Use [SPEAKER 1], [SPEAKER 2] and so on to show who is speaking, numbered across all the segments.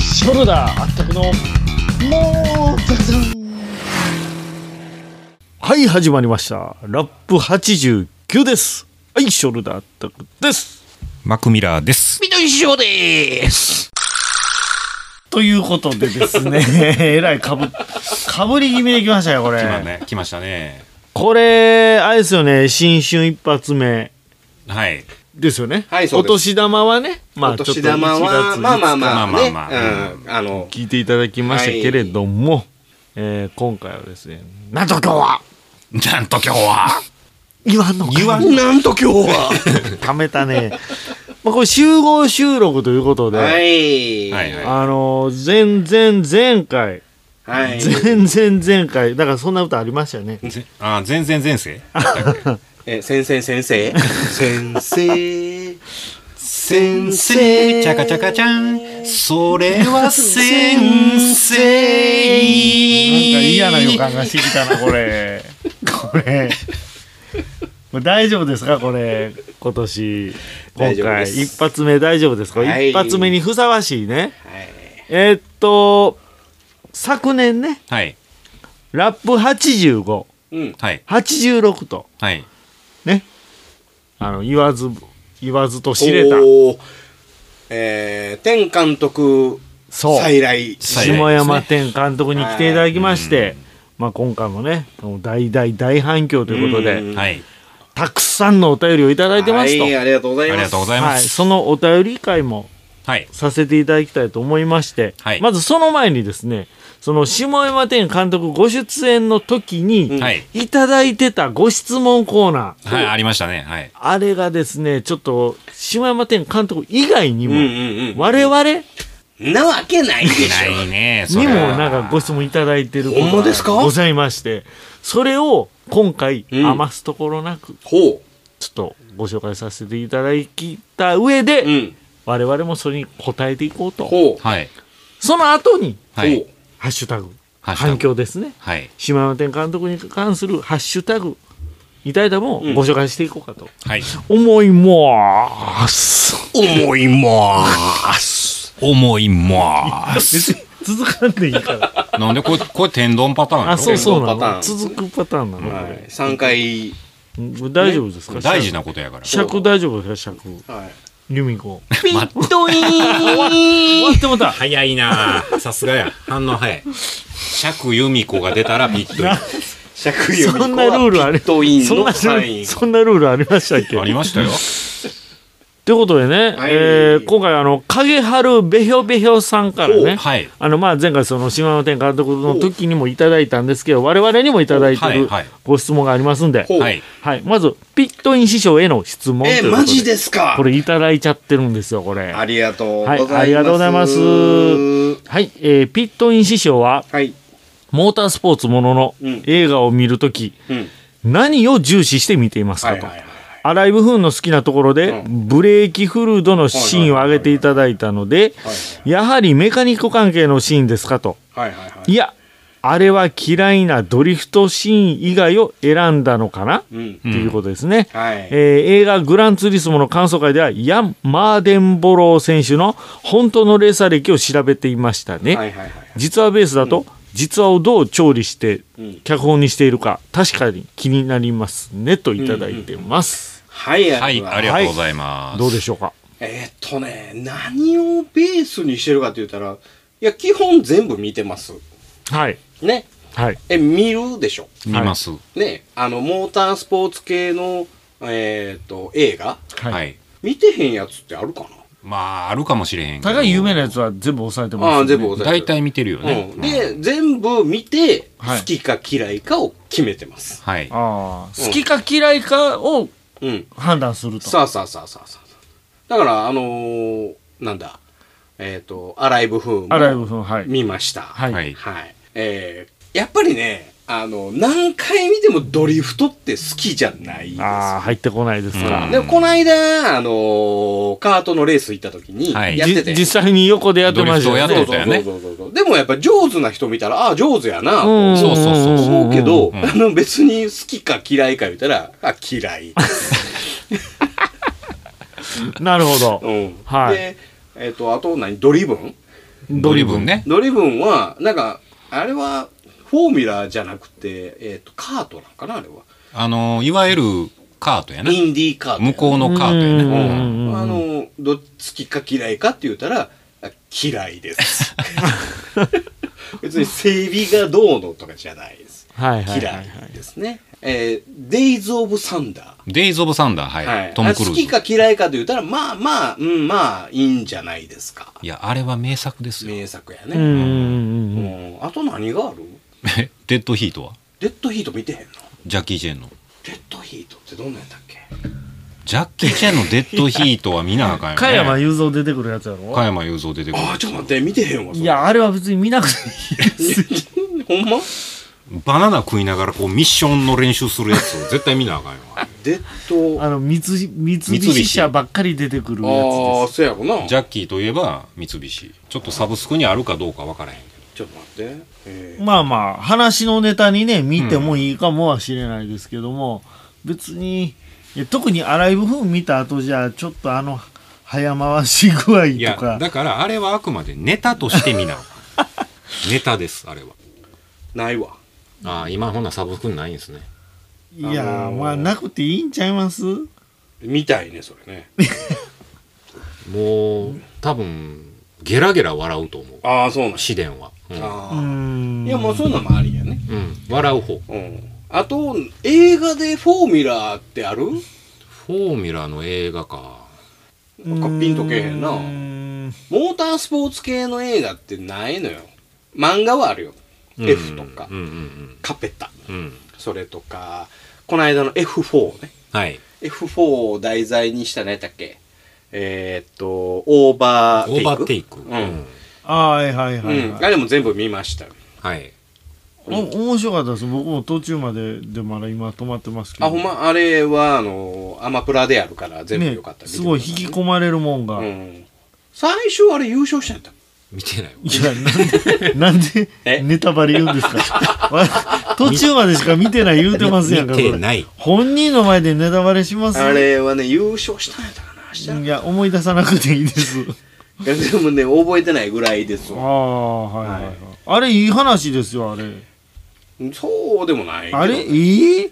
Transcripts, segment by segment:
[SPEAKER 1] ショルダーあったくの、もう、ザクザンはい、始まりました。ラップ89です。はい、ショルダーあったくです。
[SPEAKER 2] マクミラーです。
[SPEAKER 1] ということでです ね、えらいかぶ、かぶり気味できましたよ、これ。
[SPEAKER 2] 今ね、来ましたね。
[SPEAKER 1] これ、あれですよね、新春一発目
[SPEAKER 2] はい。
[SPEAKER 1] ですよね。
[SPEAKER 3] はいそうです
[SPEAKER 1] お年玉はね、ま
[SPEAKER 3] お年玉は、まあまあまあ、
[SPEAKER 2] まあ
[SPEAKER 3] ね、
[SPEAKER 2] まあまあ
[SPEAKER 3] うん、あの、
[SPEAKER 1] 聞いていただきましたけれども、えー今回はですねなんと今日は
[SPEAKER 2] なんと今日は、
[SPEAKER 1] 言わんの言わん
[SPEAKER 3] なんと今日は。
[SPEAKER 1] ためたねまあこれ集合収録ということで、
[SPEAKER 3] はい。
[SPEAKER 2] はいはい
[SPEAKER 1] あのー前々前回
[SPEAKER 3] はい。
[SPEAKER 1] 前々前回だからそんな歌ありましたよね
[SPEAKER 2] ぜ あ、全然前世
[SPEAKER 3] え、先生、先生。先生。
[SPEAKER 2] 先生、チャカチャカチャン。それは先生。
[SPEAKER 1] 感がしてきたなこ れこれこれ大丈夫ですかこれ今年今
[SPEAKER 3] 大丈夫で
[SPEAKER 1] 回
[SPEAKER 3] す
[SPEAKER 1] 一発目大丈夫ですか、
[SPEAKER 3] はい
[SPEAKER 1] 一発目にふさわしいね
[SPEAKER 3] はい。
[SPEAKER 1] えーっと、昨年ね、
[SPEAKER 2] はい。
[SPEAKER 1] ラップ85、
[SPEAKER 3] うん。
[SPEAKER 2] はい。
[SPEAKER 1] 86と、
[SPEAKER 2] はい。
[SPEAKER 1] ね、あの、言わず、言わずと知れた、
[SPEAKER 3] おーえー、天監督、
[SPEAKER 1] そう
[SPEAKER 3] 再来。
[SPEAKER 2] 再来
[SPEAKER 1] 下山天監督に来ていただきまして、まあ今回もね、もう大大大反響ということ
[SPEAKER 3] うん
[SPEAKER 1] で、
[SPEAKER 2] はい。
[SPEAKER 1] たくさんのお便りをいただいてますと。
[SPEAKER 3] はい、ありがとうござ
[SPEAKER 2] あ
[SPEAKER 3] い
[SPEAKER 2] り
[SPEAKER 3] ます。
[SPEAKER 2] がとうございま
[SPEAKER 1] はい、
[SPEAKER 2] す。
[SPEAKER 1] そのお便り会も
[SPEAKER 2] はい。
[SPEAKER 1] させていただきたいと思いまして、
[SPEAKER 2] はい
[SPEAKER 1] まずその前にですねその下山天監督ご出演の時に
[SPEAKER 2] はい
[SPEAKER 1] いただいてたご質問コーナー、
[SPEAKER 2] はい、ありましたね。はい。
[SPEAKER 1] あれがですねちょっと下山天監督以外にも、
[SPEAKER 3] うんうん
[SPEAKER 1] 我々に
[SPEAKER 3] うん。なわけないでし
[SPEAKER 2] な
[SPEAKER 3] ょ。
[SPEAKER 2] いね、そ
[SPEAKER 1] も
[SPEAKER 2] れは
[SPEAKER 1] なんかご質問いただいてるこ
[SPEAKER 3] ほん
[SPEAKER 1] と
[SPEAKER 3] まですか
[SPEAKER 1] がございましてそれを今回
[SPEAKER 3] うん
[SPEAKER 1] 余すところなく
[SPEAKER 3] ほ
[SPEAKER 1] ちょっとご紹介させていただきた上で、
[SPEAKER 3] う。うん。
[SPEAKER 1] 我々もそれに答えていこうと
[SPEAKER 3] ほう。
[SPEAKER 2] はい。
[SPEAKER 1] その後に
[SPEAKER 2] は
[SPEAKER 3] ほ
[SPEAKER 2] い。
[SPEAKER 3] う
[SPEAKER 1] ハッシュタグ
[SPEAKER 2] ハッシュタグ
[SPEAKER 1] 反響ですね
[SPEAKER 2] はい。
[SPEAKER 1] 島山店監督に関するハッシュタグみたいなもんをご紹介していこうかと
[SPEAKER 2] はい。
[SPEAKER 1] 思います、
[SPEAKER 2] 思いまーす。思いまー す。
[SPEAKER 1] 続かんでいいから
[SPEAKER 2] なんでこれ、これ天丼パターンやろ
[SPEAKER 1] あそうそうな
[SPEAKER 3] 連動パター
[SPEAKER 1] の
[SPEAKER 3] ン
[SPEAKER 1] 続くパターンなの、
[SPEAKER 3] は
[SPEAKER 1] こ
[SPEAKER 3] い。3回。
[SPEAKER 1] れ大丈夫ですか、
[SPEAKER 2] 大事なことやから。
[SPEAKER 1] 尺尺大丈夫ですか尺
[SPEAKER 3] はい。
[SPEAKER 1] 由美子
[SPEAKER 2] ピン
[SPEAKER 1] ドイーン終わってもうた
[SPEAKER 2] 早いなあさすがや反応早い釈由美子が出たらピッと行
[SPEAKER 3] 釈由美子
[SPEAKER 1] そんなルールあ
[SPEAKER 3] は
[SPEAKER 1] り
[SPEAKER 3] ピットイン
[SPEAKER 1] そん
[SPEAKER 3] の
[SPEAKER 1] なル
[SPEAKER 3] サ
[SPEAKER 1] ー
[SPEAKER 3] イン
[SPEAKER 1] ルそんなルールありましたっけ
[SPEAKER 2] くありましたよ
[SPEAKER 1] ということでね、
[SPEAKER 3] はい
[SPEAKER 1] えー今回あの影春べひょべひょさんからね、
[SPEAKER 2] はい
[SPEAKER 1] あのまあ前回その島の天監督の時にもいただいたんですけど我々にもいただいて
[SPEAKER 2] はい
[SPEAKER 1] る
[SPEAKER 2] はい
[SPEAKER 1] ご質問がありますんで、
[SPEAKER 3] ほう
[SPEAKER 2] はい
[SPEAKER 1] はい、まずピットイン師匠への質問とい
[SPEAKER 3] え
[SPEAKER 1] うこと
[SPEAKER 3] マジですか
[SPEAKER 1] これいただいちゃってるんですよこれ
[SPEAKER 3] あ
[SPEAKER 1] は
[SPEAKER 3] りがとうございます、
[SPEAKER 1] はいありがとうございますい、えーピットイン師匠は
[SPEAKER 3] はい
[SPEAKER 1] モータースポーツものの
[SPEAKER 3] うん
[SPEAKER 1] 映画を見るとき、
[SPEAKER 3] うん
[SPEAKER 1] 何を重視して見ています
[SPEAKER 3] は
[SPEAKER 1] か
[SPEAKER 3] い
[SPEAKER 1] と、
[SPEAKER 3] はいはい
[SPEAKER 1] アライブフーンの好きなところで、
[SPEAKER 3] う
[SPEAKER 1] ブレーキフルードのシーンを挙げていただいたので、
[SPEAKER 3] はい
[SPEAKER 1] やはりメカニック関係のシーンですかと。
[SPEAKER 3] はいはいは
[SPEAKER 1] い
[SPEAKER 3] い
[SPEAKER 1] や、あれは嫌いなドリフトシーン以外を選んだのかな、
[SPEAKER 3] うん
[SPEAKER 1] ということですね。
[SPEAKER 3] はい
[SPEAKER 1] えー映画「グランツーリスモ」の感想会ではヤン・マーデンボロー選手の本当のレーサー歴を調べていましたね、
[SPEAKER 3] はいはいはい
[SPEAKER 1] 実話ベースだと、実話をどう調理して
[SPEAKER 3] うん
[SPEAKER 1] 脚本にしているか確かに気になりますねといただいてます、
[SPEAKER 3] はい
[SPEAKER 2] は
[SPEAKER 3] はい
[SPEAKER 2] いあ
[SPEAKER 3] はい
[SPEAKER 2] りがとうございます
[SPEAKER 1] どうでしょうか
[SPEAKER 3] えーっとね何をベースにしてるかって言ったらいや基本全部見てます
[SPEAKER 1] はい
[SPEAKER 3] ね
[SPEAKER 1] はい
[SPEAKER 3] え見るでしょ
[SPEAKER 2] 見ますは
[SPEAKER 3] ねあのモータースポーツ系のえーっと映画
[SPEAKER 2] い、
[SPEAKER 1] はい
[SPEAKER 3] 見てへんやつってあるかな
[SPEAKER 2] まああるかもしれへんけど
[SPEAKER 1] 高い有名なやつは全部抑えてます
[SPEAKER 3] あ
[SPEAKER 1] よ
[SPEAKER 3] あ
[SPEAKER 1] ね
[SPEAKER 3] 全部ござい
[SPEAKER 2] 大
[SPEAKER 3] ます
[SPEAKER 2] 体見てるよね、
[SPEAKER 3] うん、で全部見て
[SPEAKER 1] はい
[SPEAKER 3] 好きか嫌いかを決めてます、
[SPEAKER 2] はい
[SPEAKER 1] ああ好きか嫌いかを
[SPEAKER 3] うん
[SPEAKER 1] 判断すると
[SPEAKER 3] さあさあさあさあさあだからあのーなんだえっ、とアライブ風
[SPEAKER 1] アライブ
[SPEAKER 3] も
[SPEAKER 1] フンはい
[SPEAKER 3] 見ましたは
[SPEAKER 1] はい、
[SPEAKER 2] はい
[SPEAKER 3] えーやっぱりねあの何回見てもドリフトって好きじゃないです
[SPEAKER 1] ああ入ってこないですか、
[SPEAKER 3] でもこの間、あのーカートのレース行った時に
[SPEAKER 2] はい
[SPEAKER 3] やってて、
[SPEAKER 1] じ実際に横でやってましたよ
[SPEAKER 2] ドリ
[SPEAKER 1] ね
[SPEAKER 2] フトをやってたよね
[SPEAKER 3] そうそうそうそうでもやっぱ上手な人見たらああ上手やなと
[SPEAKER 1] うん
[SPEAKER 2] そうそうそうそ
[SPEAKER 3] 思うけど、
[SPEAKER 2] うん
[SPEAKER 3] あの別に好きか嫌いか言ったら、あ、嫌 い。
[SPEAKER 1] なるほど
[SPEAKER 3] うん。
[SPEAKER 1] はい
[SPEAKER 3] で、えっ、と、あと何ドリブン
[SPEAKER 2] ドリブンね。
[SPEAKER 3] ドリブンは、なんか、あれは、フォーミュラじゃなくて、えっ、と、カートなんかな、あれは。
[SPEAKER 2] あの、いわゆるカートやな。
[SPEAKER 3] インディーカート。
[SPEAKER 2] 向こうのカー
[SPEAKER 1] う
[SPEAKER 2] トやね。
[SPEAKER 1] んうんうん
[SPEAKER 3] あの、どっち好きか嫌いかって言ったら、あ嫌 いです。別に整備がどうのとかじゃないです。
[SPEAKER 1] はいはいは
[SPEAKER 3] 嫌
[SPEAKER 1] い
[SPEAKER 3] いですね。えー、デイズ・オブ・サンダ
[SPEAKER 2] デイズ・オブ・サンダー、
[SPEAKER 3] ー。
[SPEAKER 2] は。
[SPEAKER 3] はいい。
[SPEAKER 2] トム・クル
[SPEAKER 3] あ好き
[SPEAKER 2] ーズ。
[SPEAKER 3] か嫌いかと言ったら、まあまあ、うん、まあ、いいんじゃないですか。
[SPEAKER 2] いや、あれは名作ですよ。
[SPEAKER 3] 名作や
[SPEAKER 1] うんう
[SPEAKER 3] ね。
[SPEAKER 1] ん
[SPEAKER 3] う
[SPEAKER 1] うんうん
[SPEAKER 3] ん。あと何がある
[SPEAKER 2] デッド・ヒートは
[SPEAKER 3] デッドヒート見てへんの
[SPEAKER 2] ジャッキー・ジェーンの。
[SPEAKER 3] デッドヒートってどんなんやったっけ
[SPEAKER 2] ジャッキー・チェンのデッドヒートは見なあかんよ、ね。
[SPEAKER 1] 加山雄三出てくるやつやろ
[SPEAKER 2] 加山雄三出てくる。
[SPEAKER 3] ああ、ちょっと待って、見てへんわ。それ
[SPEAKER 1] い、やあれは別に見なくて いいです
[SPEAKER 3] ほんま
[SPEAKER 2] バナナ食いながらこうミッションの練習するやつを絶対見なあ かんよ。あれ
[SPEAKER 3] デッド、あ
[SPEAKER 1] あの三菱三菱社ばっかり出てくる
[SPEAKER 3] あ
[SPEAKER 1] やつで
[SPEAKER 3] ー、そうやろな。
[SPEAKER 2] ジャッキーといえば三菱。ちょっとサブスクにあるかどうかわからへんけど。
[SPEAKER 3] ちょっと待って。え
[SPEAKER 1] すまあまあ話のネタにね見てもいいかもはしれないですけども、別にいや特にアライブフーン見た後じゃちょっとあの早回し具合
[SPEAKER 2] いや、
[SPEAKER 1] とか
[SPEAKER 2] だからあれはあくまでネタとして見なあか ん。ネタです、あれは。
[SPEAKER 3] ーないわ。
[SPEAKER 2] ああ、今ほんなサブスクにないんですね。
[SPEAKER 1] いや
[SPEAKER 3] あのー
[SPEAKER 1] まあなくていいんちゃいます
[SPEAKER 3] みたいね、それね。
[SPEAKER 2] もう、多分、ゲラゲラ笑うと思う。
[SPEAKER 3] ああ、そうなん
[SPEAKER 2] 試練は。うん。
[SPEAKER 1] うー
[SPEAKER 3] ああ。
[SPEAKER 1] ん
[SPEAKER 3] いや、もうそういうのもありやね。
[SPEAKER 2] うん、笑う方。
[SPEAKER 3] うん。あと、映画でフォーミュラーってある
[SPEAKER 2] フォーミュラの映画か。
[SPEAKER 3] なんかピンとけえへんな。
[SPEAKER 1] うー
[SPEAKER 3] モ
[SPEAKER 1] ん
[SPEAKER 3] ータースポーツ系の映画ってないのよ。漫画はあるよ。F とか
[SPEAKER 2] う、んうん
[SPEAKER 3] カペタ。
[SPEAKER 2] うん。うん。
[SPEAKER 3] それとか、この間の F4 ね。
[SPEAKER 2] はい。
[SPEAKER 3] F4 を題材にしたねだっけえーっと、オーバー
[SPEAKER 2] オーバーテイ
[SPEAKER 3] ク。
[SPEAKER 2] ク。
[SPEAKER 3] ん
[SPEAKER 2] うん
[SPEAKER 1] あーはいはいはい、
[SPEAKER 3] うん。あ
[SPEAKER 1] はい
[SPEAKER 3] れも全部見ました。
[SPEAKER 2] はい。
[SPEAKER 1] お面白かったです僕も途中まででまだ今止まってますけど
[SPEAKER 3] あ、ほんま、あれは、あの、アマプラであるから全部よかった。
[SPEAKER 1] ね、すごい引き込まれるもんが、
[SPEAKER 3] む。うん。最初あれ優勝したんやった。
[SPEAKER 2] 見てないわ。
[SPEAKER 1] いやなんでなん
[SPEAKER 3] え
[SPEAKER 1] でネタバレ言うんですか わ途中までしか見てない言うてますやんか
[SPEAKER 2] 見
[SPEAKER 1] これ
[SPEAKER 2] てない。
[SPEAKER 1] 本人の前でネタバレします
[SPEAKER 3] あれはね、優勝したんやったかな。した
[SPEAKER 1] いや思い出さなくていいです
[SPEAKER 3] いや、でもね、覚えてないぐらいです
[SPEAKER 1] あ
[SPEAKER 3] わ。
[SPEAKER 1] あはいはい、はい
[SPEAKER 3] はい
[SPEAKER 1] あれいい話ですよあれ
[SPEAKER 3] そうでもないけどね
[SPEAKER 1] あれええ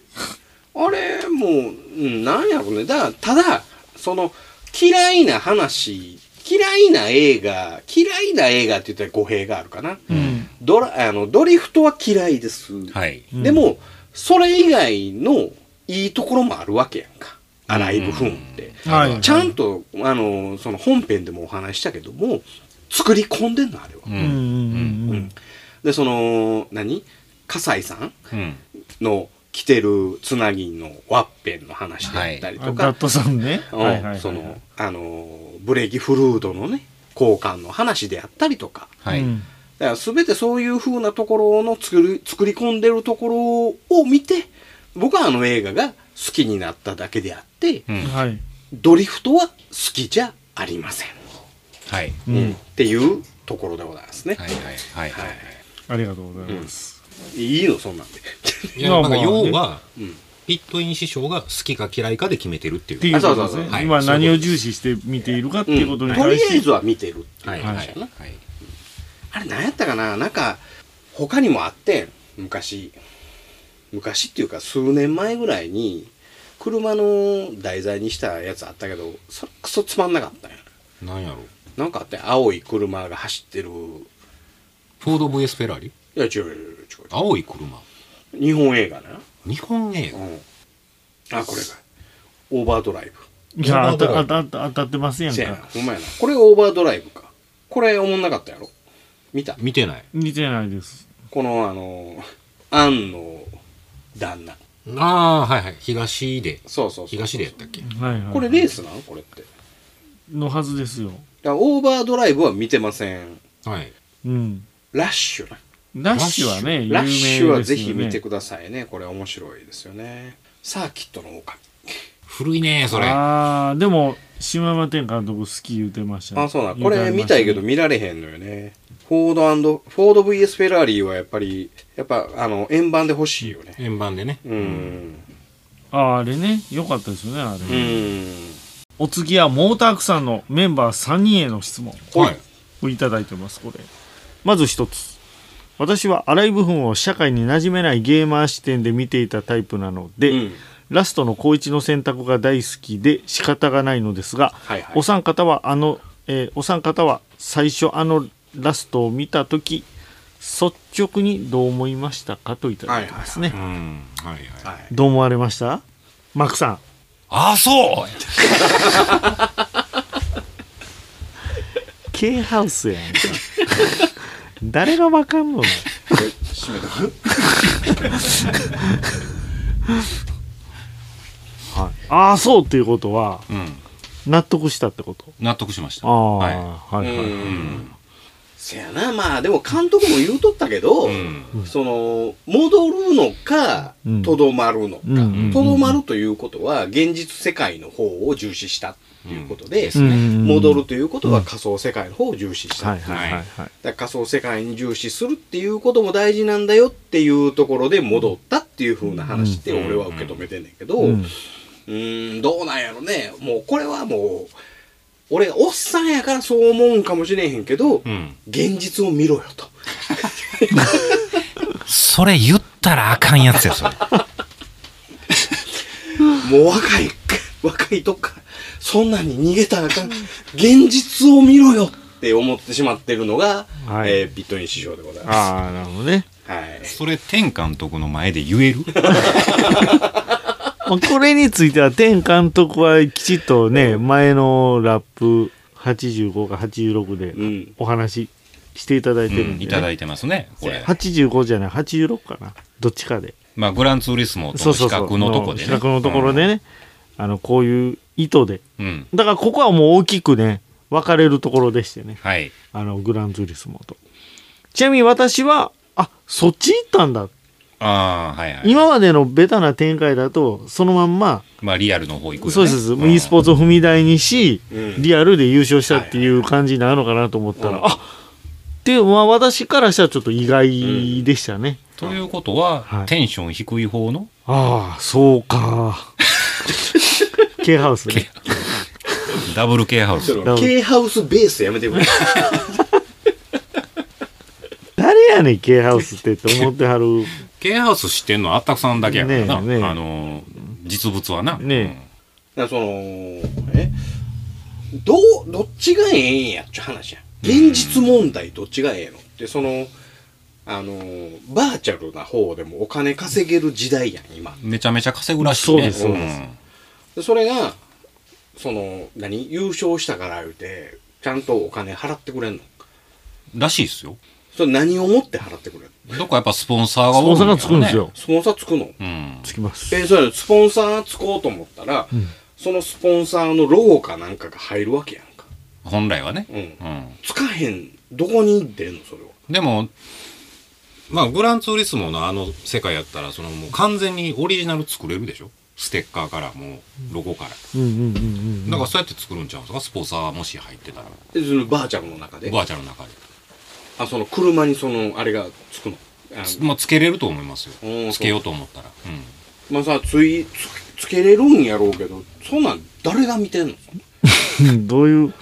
[SPEAKER 3] あれ、もう、うん、なんやろうね。だから、ただ、その、嫌いな話、嫌いな映画、嫌いな映画って言ったら語弊があるかな。
[SPEAKER 1] うん
[SPEAKER 3] ドラ、あの、ドリフトは嫌いです。
[SPEAKER 2] はい。
[SPEAKER 1] うん
[SPEAKER 3] でも、それ以外のいいところもあるわけやんか。アライブフーンって。
[SPEAKER 1] はいはい
[SPEAKER 3] ちゃんと、あの、その本編でもお話ししたけども、作り込んでんの、あれは。
[SPEAKER 2] う
[SPEAKER 1] うんうん
[SPEAKER 2] ん。
[SPEAKER 1] うんう
[SPEAKER 3] うんんで、その、何笠井さん
[SPEAKER 2] うん。
[SPEAKER 3] の着てるつなぎのワッペンの話だったり
[SPEAKER 1] あダ
[SPEAKER 3] とか
[SPEAKER 1] ッ、トさんね、
[SPEAKER 3] うん
[SPEAKER 1] はいはいはい。
[SPEAKER 3] その、あの、ブレーキフルードのね、交換の話であったりとか、
[SPEAKER 2] はいう
[SPEAKER 1] ん
[SPEAKER 3] だから全てそういう風なところの作り作り込んでるところを見て僕はあの映画が好きになっただけであって、
[SPEAKER 2] うん。
[SPEAKER 1] はい
[SPEAKER 3] ドリフトは好きじゃありません、
[SPEAKER 2] はい。
[SPEAKER 1] うん
[SPEAKER 3] うんっていうところでございますね、
[SPEAKER 2] はいはいはいは。
[SPEAKER 3] はい
[SPEAKER 1] ありがとうございます、
[SPEAKER 3] いいのそん なんで
[SPEAKER 2] いや、
[SPEAKER 1] まあ
[SPEAKER 2] なん
[SPEAKER 1] ま
[SPEAKER 2] か
[SPEAKER 1] あ
[SPEAKER 2] 要は、
[SPEAKER 3] うん
[SPEAKER 2] ピットイン師匠が好きか嫌いかで決めてるってい。
[SPEAKER 1] っていううことです
[SPEAKER 3] あそうそう
[SPEAKER 1] ね
[SPEAKER 3] そう
[SPEAKER 2] はい
[SPEAKER 1] 今
[SPEAKER 2] そうい
[SPEAKER 1] 何
[SPEAKER 2] うこと
[SPEAKER 1] を重視して見ているかっていうことに
[SPEAKER 3] と
[SPEAKER 1] 対
[SPEAKER 3] りあえ
[SPEAKER 1] して、
[SPEAKER 3] ずは見てるって
[SPEAKER 2] はいいうはいは
[SPEAKER 3] 話や
[SPEAKER 2] い
[SPEAKER 3] な、。あれ何やったかななんか他にもあってん昔昔っていうか数年前ぐらいに車の題材にしたやつあったけどそれクソつまんなかったんや
[SPEAKER 2] なんやろう。
[SPEAKER 3] なんかあって青い車が走ってるい
[SPEAKER 2] フォード VS フェラーリ
[SPEAKER 3] や違う違う違う
[SPEAKER 2] 青い車。
[SPEAKER 3] 違う日本映画な
[SPEAKER 2] 日本映
[SPEAKER 3] う
[SPEAKER 2] 画。
[SPEAKER 3] んあこれかオーバードライ
[SPEAKER 1] いや
[SPEAKER 2] オ
[SPEAKER 1] 当
[SPEAKER 2] ーバード
[SPEAKER 1] た当
[SPEAKER 2] ライブ
[SPEAKER 1] た当た当たってますや
[SPEAKER 3] ブ
[SPEAKER 1] ん
[SPEAKER 3] せやな
[SPEAKER 1] か
[SPEAKER 3] ほんまやなこれがオーバードライブかこれおもんなかったやろ見た
[SPEAKER 2] 見てない。
[SPEAKER 1] 似てないです
[SPEAKER 3] このあのアンの旦那
[SPEAKER 2] ああ、はいはい。東で。
[SPEAKER 3] そうそうそう
[SPEAKER 2] 東でやったっけ
[SPEAKER 1] はいはい
[SPEAKER 3] これレースなのこれってだか
[SPEAKER 1] のはずですよ
[SPEAKER 3] らオーバードライブは見てません
[SPEAKER 2] はい。
[SPEAKER 1] うん
[SPEAKER 3] ラッシュな
[SPEAKER 1] ラッシュはね有名
[SPEAKER 3] ラッ
[SPEAKER 1] です
[SPEAKER 3] シ
[SPEAKER 1] よね
[SPEAKER 3] ュはぜひ見てくださいねこれ面白いですよねサーキットの狼
[SPEAKER 2] 古いね、それ。
[SPEAKER 1] ああでも島山天監督好き言うてましたね
[SPEAKER 3] あ、そうな
[SPEAKER 1] 言
[SPEAKER 3] ん。こ
[SPEAKER 1] うては
[SPEAKER 3] れ
[SPEAKER 1] りま
[SPEAKER 3] 見
[SPEAKER 1] したね
[SPEAKER 3] いけど見られへんのよね。フォードフォード VS フェラーリはやっぱり、やっぱ、あの、円盤で欲しいよね。
[SPEAKER 2] 円盤でね。
[SPEAKER 3] うん。
[SPEAKER 1] あーあれね良かったですよねあれ、
[SPEAKER 3] うん。
[SPEAKER 1] お次はモータークさんのメンバー3人への質問
[SPEAKER 2] はい。
[SPEAKER 1] をいただいてますこれまず一つ私は荒い部分を社会に馴染めないゲーマー視点で見ていたタイプなので、
[SPEAKER 3] うん
[SPEAKER 1] ラストの高一の選択が大好きで仕方がないのですが、
[SPEAKER 3] はいはい
[SPEAKER 1] お三方はあの、えーお三方は最初あのラストを見た時率直にどう思いましたかといただいてますね、
[SPEAKER 2] うんはいはい
[SPEAKER 3] はい
[SPEAKER 1] どう思われましたマックさん
[SPEAKER 2] ああそう
[SPEAKER 1] K ハウスやんか 誰がわかんの
[SPEAKER 3] これ締めとく
[SPEAKER 1] ああそうっていうことは
[SPEAKER 2] うん
[SPEAKER 1] 納得したってこと
[SPEAKER 2] 納得しました
[SPEAKER 1] ああ、
[SPEAKER 2] は
[SPEAKER 1] はいい、はいはい
[SPEAKER 3] うんせやなまあでも監督も言うとったけど、
[SPEAKER 2] うん
[SPEAKER 3] その戻るのか
[SPEAKER 1] うん
[SPEAKER 3] とど、まるのか
[SPEAKER 1] うんうん
[SPEAKER 3] とど、まるということは現実世界の方を重視したということで、
[SPEAKER 1] うんうん
[SPEAKER 3] 戻るということは仮想世界の方を重視した、
[SPEAKER 1] は
[SPEAKER 3] だ
[SPEAKER 1] い
[SPEAKER 3] か
[SPEAKER 1] はいはいはい
[SPEAKER 3] ら仮想世界に重視するっていうことも大事なんだよっていうところで戻ったっていう風な話って俺は受け止めてんねんけど、
[SPEAKER 1] うん
[SPEAKER 3] うーん、どうなんやろね。もうこれはもう、俺がおっさんやからそう思うんかもしれへんけど、
[SPEAKER 2] うん
[SPEAKER 3] 現実を見ろよと。
[SPEAKER 2] それ言ったらあかんやつやそれ
[SPEAKER 3] もう若い、 若いとこから、そんなに逃げたらあかん。現実を見ろよって思ってしまってるのが、
[SPEAKER 1] はい
[SPEAKER 3] えーピットイン師匠でございま
[SPEAKER 1] ああなるほどね、
[SPEAKER 3] す。はい。
[SPEAKER 2] それ天監督の前で言える
[SPEAKER 1] まあ、これについては天監督はきちっとね前のラップ85か86
[SPEAKER 3] う
[SPEAKER 1] で
[SPEAKER 3] ん。
[SPEAKER 1] お話ししていただいてるんで、ね
[SPEAKER 2] いただいてますねこれ
[SPEAKER 1] 85じゃない86かなどっちかで
[SPEAKER 2] まあグランツーリスモとの比較のとこで
[SPEAKER 1] 比
[SPEAKER 2] ね
[SPEAKER 1] 較のところでね、あのこういう意図で
[SPEAKER 2] うんうん
[SPEAKER 1] だからここはもう大きくね分かれるところでしてね
[SPEAKER 2] はい
[SPEAKER 1] あのグランツーリスモとちなみに私はあそっち行ったんだ、
[SPEAKER 2] ああはいはい
[SPEAKER 1] 今までのベタな展開だとそのまんま
[SPEAKER 2] まあリアルの方行くよね
[SPEAKER 1] そうです、
[SPEAKER 2] ん
[SPEAKER 1] e スポーツを踏み台にし、
[SPEAKER 3] うん
[SPEAKER 1] リアルで優勝したっていう感じになるのかなと思ったら、あっていう、まあ、私からしたらちょっと意外でしたね、
[SPEAKER 2] ということは、
[SPEAKER 1] はい
[SPEAKER 2] テンション低い方の
[SPEAKER 1] ああそうか K ハウス ね
[SPEAKER 2] ダブル K ハウ
[SPEAKER 3] そ
[SPEAKER 2] ス
[SPEAKER 3] の、K ハウスベースやめてくれ。
[SPEAKER 1] 誰やねん K ハウスってって思ってはる
[SPEAKER 2] K ハウス知ってんのはあったくさんだけやからな、
[SPEAKER 1] ねえねえ
[SPEAKER 2] あのー実物はな、
[SPEAKER 1] ね
[SPEAKER 3] だからその、え、どう、どっちがええんやっちゅう話や。現実問題どっちがええのって、その、あの、バーチャルな方でもお金稼げる時代やん、今。
[SPEAKER 2] うんめちゃめちゃ稼ぐらしいね
[SPEAKER 1] そうですそうです
[SPEAKER 2] ん
[SPEAKER 3] でそれが、その、何優勝したから言うて、ちゃんとお金払ってくれんの
[SPEAKER 2] らしいですよ
[SPEAKER 3] それ何をもって払ってくれる
[SPEAKER 2] どっかやっぱスポンサーが
[SPEAKER 1] スポ
[SPEAKER 2] 多い
[SPEAKER 1] ン
[SPEAKER 2] ん
[SPEAKER 1] サー
[SPEAKER 2] やろね
[SPEAKER 1] がつくんですよ
[SPEAKER 3] スポンサーつくの
[SPEAKER 2] うん
[SPEAKER 1] つきます
[SPEAKER 3] え、それスポンサーつこうと思ったら、そのスポンサーのロゴかなんかが入るわけやんか。
[SPEAKER 2] 本来はね、
[SPEAKER 3] う
[SPEAKER 2] うん
[SPEAKER 3] つかへん。どこに出んのそれは。
[SPEAKER 2] でもまあグランツーリスモのあの世界やったらそのもう完全にオリジナル作れるでしょステッカーからもうロゴから、
[SPEAKER 1] うんうんうんうん
[SPEAKER 2] だからそうやって作るんちゃうんですかスポンサーもし入ってたら
[SPEAKER 3] でそのバーチャルの中で
[SPEAKER 2] バーチャルの中で
[SPEAKER 3] あその車にそのあれがつくのあ
[SPEAKER 2] つ,、まあ、つけれると思います
[SPEAKER 3] おーそ
[SPEAKER 2] よ
[SPEAKER 3] う
[SPEAKER 2] つけようと思ったら、うん
[SPEAKER 3] まあさついつつけれるんやろうけどそんなん誰が見てんの
[SPEAKER 1] うんどういう、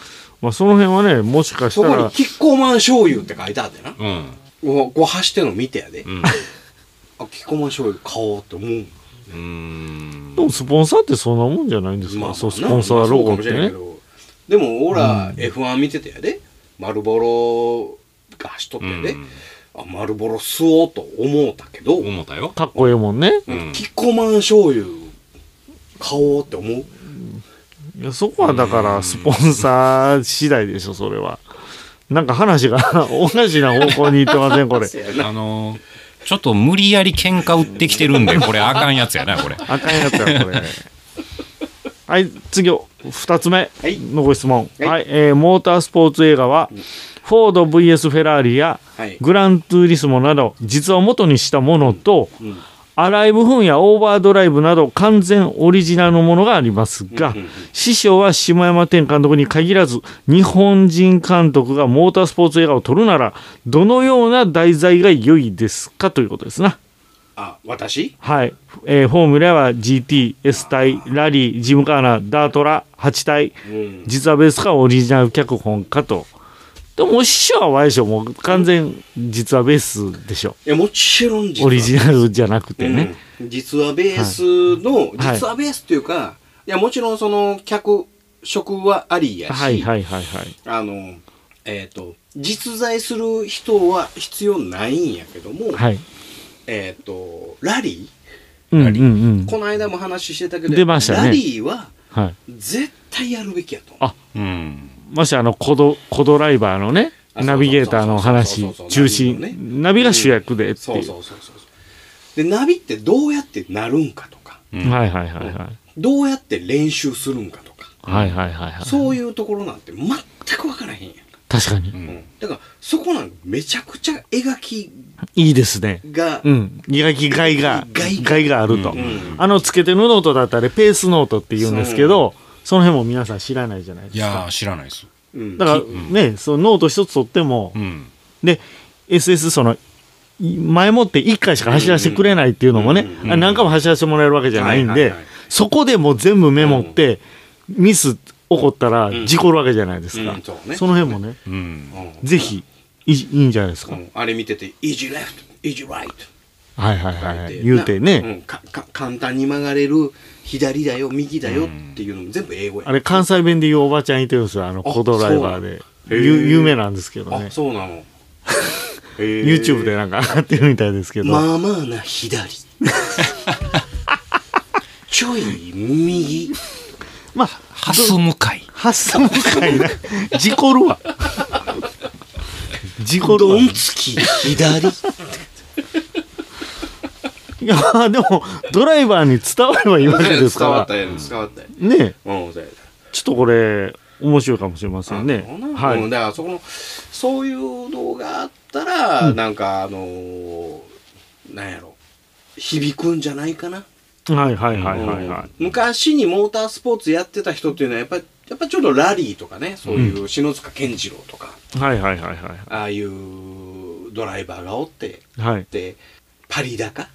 [SPEAKER 1] まあ、その辺はね、もしかし
[SPEAKER 3] そ
[SPEAKER 1] た
[SPEAKER 3] こに「
[SPEAKER 1] ら、
[SPEAKER 3] キッコーマン醤油って書いてあってな
[SPEAKER 2] うん。
[SPEAKER 3] ごご走ってんの見てやで、
[SPEAKER 2] うん。
[SPEAKER 3] あキッコーマン醤油買おうって思う
[SPEAKER 2] うーん
[SPEAKER 1] でもスポンサーってそんなもんじゃないんですか、そう、スポンサーロゴってね。
[SPEAKER 3] でも俺ら F1 見ててやで丸ボロが走っとってやで、
[SPEAKER 2] うん
[SPEAKER 3] あ丸ボロ吸おうと思うたけど、
[SPEAKER 2] 思ったよ。
[SPEAKER 1] かっこええもんね。
[SPEAKER 2] うん
[SPEAKER 3] キッコーマン醤油買おうって思う
[SPEAKER 1] いやそこはだから、スポンサー次第でしょ、それは。なんか話が おかしな方向に行ってません、これ。
[SPEAKER 3] せやな
[SPEAKER 2] あのー、ちょっと無理やり喧嘩売ってきてるんで、これあかんやつやな、これ。
[SPEAKER 1] あかんやつや、これ。はい、次、二つ目
[SPEAKER 3] はい
[SPEAKER 1] のご質問。
[SPEAKER 3] はい
[SPEAKER 1] はい、えーモータースポーツ映画は、フォード VS フェラーリや、
[SPEAKER 3] はい
[SPEAKER 1] グランツーリスモなど、実は元にしたものと、
[SPEAKER 3] うん
[SPEAKER 1] アライブフンやオーバードライブなど完全オリジナルのものがありますが、師匠は下山天監督に限らず、日本人監督がモータースポーツ映画を撮るなら、どのような題材が良いですかということですな。
[SPEAKER 3] あ私
[SPEAKER 1] はい。えーフォームュラは GT、S 体、ラリー、ジムカーナ、ダートラ、8体、
[SPEAKER 3] うん
[SPEAKER 1] 実はベースかオリジナル脚本かと。でもお師匠はあれでしょもう完全実はベースでしょ
[SPEAKER 3] いやもちろん実
[SPEAKER 1] オリジ
[SPEAKER 3] ナ
[SPEAKER 1] ナルじゃなくてね、
[SPEAKER 3] うん、実はベースの、
[SPEAKER 1] はい
[SPEAKER 3] 実はベースっていうか、い、やもちろんその脚色はありやし、
[SPEAKER 1] はいはいはいはい。
[SPEAKER 3] あのえっ、と実在する人は必要ないんやけども、
[SPEAKER 1] はい。
[SPEAKER 3] えっ、とラリ
[SPEAKER 1] うんうんうん
[SPEAKER 3] ー。この間も話してたけど
[SPEAKER 1] 出ましたね
[SPEAKER 3] ラリーは
[SPEAKER 1] はい。
[SPEAKER 3] 絶対やるべきやと
[SPEAKER 1] あ
[SPEAKER 2] うん。
[SPEAKER 1] ましてあの、コド、コドライバーのね、
[SPEAKER 3] あそうそうそう
[SPEAKER 1] ナビゲーターの
[SPEAKER 3] そ
[SPEAKER 1] 話
[SPEAKER 3] うそうそう、
[SPEAKER 1] 中
[SPEAKER 3] ナビの
[SPEAKER 1] 心、ナビが主役でって
[SPEAKER 3] そ
[SPEAKER 1] いうう。
[SPEAKER 3] そうそうそうそうでナビってどうやってなるんかとか
[SPEAKER 2] うん
[SPEAKER 1] はいはいはいはい。
[SPEAKER 3] どうやって練習するんかとか、
[SPEAKER 1] はいはいはいはい。
[SPEAKER 3] そういうところなんて全く分からへんやんか、
[SPEAKER 1] 確かに
[SPEAKER 2] う。
[SPEAKER 3] うん
[SPEAKER 2] ん。
[SPEAKER 3] だからそこなんかめちゃくちゃ描き
[SPEAKER 1] いいですね。
[SPEAKER 3] が、
[SPEAKER 1] うん。磨きがいが、
[SPEAKER 3] がいが
[SPEAKER 1] がいがあると
[SPEAKER 2] うん。
[SPEAKER 3] ん
[SPEAKER 1] あの、つけてるノートだったり、ペースノートって言うんですけど、その辺も皆さん知らないじゃないで
[SPEAKER 2] い
[SPEAKER 1] す
[SPEAKER 2] やー
[SPEAKER 1] か。
[SPEAKER 2] 知らないです。
[SPEAKER 3] うん
[SPEAKER 1] だから
[SPEAKER 2] ん
[SPEAKER 1] ね、そのノート一つ取っても
[SPEAKER 2] う、ん。
[SPEAKER 1] で、SS その、い前もって1回しか走らせてくれないっていうのもね
[SPEAKER 3] うんうん
[SPEAKER 2] う、ん
[SPEAKER 1] あ何回も走らせてもらえるわけじゃないん
[SPEAKER 3] はい
[SPEAKER 1] で
[SPEAKER 3] はいはい、
[SPEAKER 1] そこでもう全部メモって、ミス起こったら
[SPEAKER 3] ん
[SPEAKER 1] 事故るわけじゃないですか
[SPEAKER 3] うんそう。ね
[SPEAKER 1] その辺もね、
[SPEAKER 2] うん。
[SPEAKER 3] うん
[SPEAKER 1] ぜひ、いいいんじゃないです
[SPEAKER 3] う
[SPEAKER 1] か。
[SPEAKER 3] んあれ見てて「イージーレフト」「イージーライト
[SPEAKER 1] はいはい」はいはい。言うて
[SPEAKER 3] なう
[SPEAKER 1] ね、
[SPEAKER 3] んかか簡単に曲がれる左だよ右だよっていうのも全部英語や
[SPEAKER 1] あれ関西弁で言うおばちゃんいてるんですよ、あの、
[SPEAKER 3] あ
[SPEAKER 1] コドライバーで。
[SPEAKER 3] そうなんへー
[SPEAKER 1] ゆ有名なんですけど
[SPEAKER 3] あ
[SPEAKER 1] ね。
[SPEAKER 3] そうなの
[SPEAKER 1] YouTube でな
[SPEAKER 3] な
[SPEAKER 1] んか上がってるみたいですけど。
[SPEAKER 3] まあまあな 左ちょい右
[SPEAKER 1] まあ、
[SPEAKER 2] ハス向かい。
[SPEAKER 1] 発想深いな。事故るわ。事故るわ。
[SPEAKER 3] ドンつき左
[SPEAKER 1] いやまあでもドライバーに伝わればいいわけです
[SPEAKER 3] 伝わ
[SPEAKER 1] か
[SPEAKER 3] った
[SPEAKER 1] ら
[SPEAKER 3] やん伝わったやん
[SPEAKER 1] ね
[SPEAKER 3] うんそうや
[SPEAKER 1] ちょっとこれ面白いかもしれませんね
[SPEAKER 3] あの
[SPEAKER 1] は
[SPEAKER 3] うん
[SPEAKER 1] い
[SPEAKER 3] だからそこのそういう動画あったら、なんかあのーなんやろ響くんじゃないかな、
[SPEAKER 1] はいはいはいはいはい
[SPEAKER 3] うん昔にモータースポーツやってた人っていうのはやっぱやっぱちょっとラリーとかねそういう篠塚健次郎とか、
[SPEAKER 1] はいはいはいは
[SPEAKER 3] ああいうドライバーがおって
[SPEAKER 1] いはい
[SPEAKER 3] でパリ高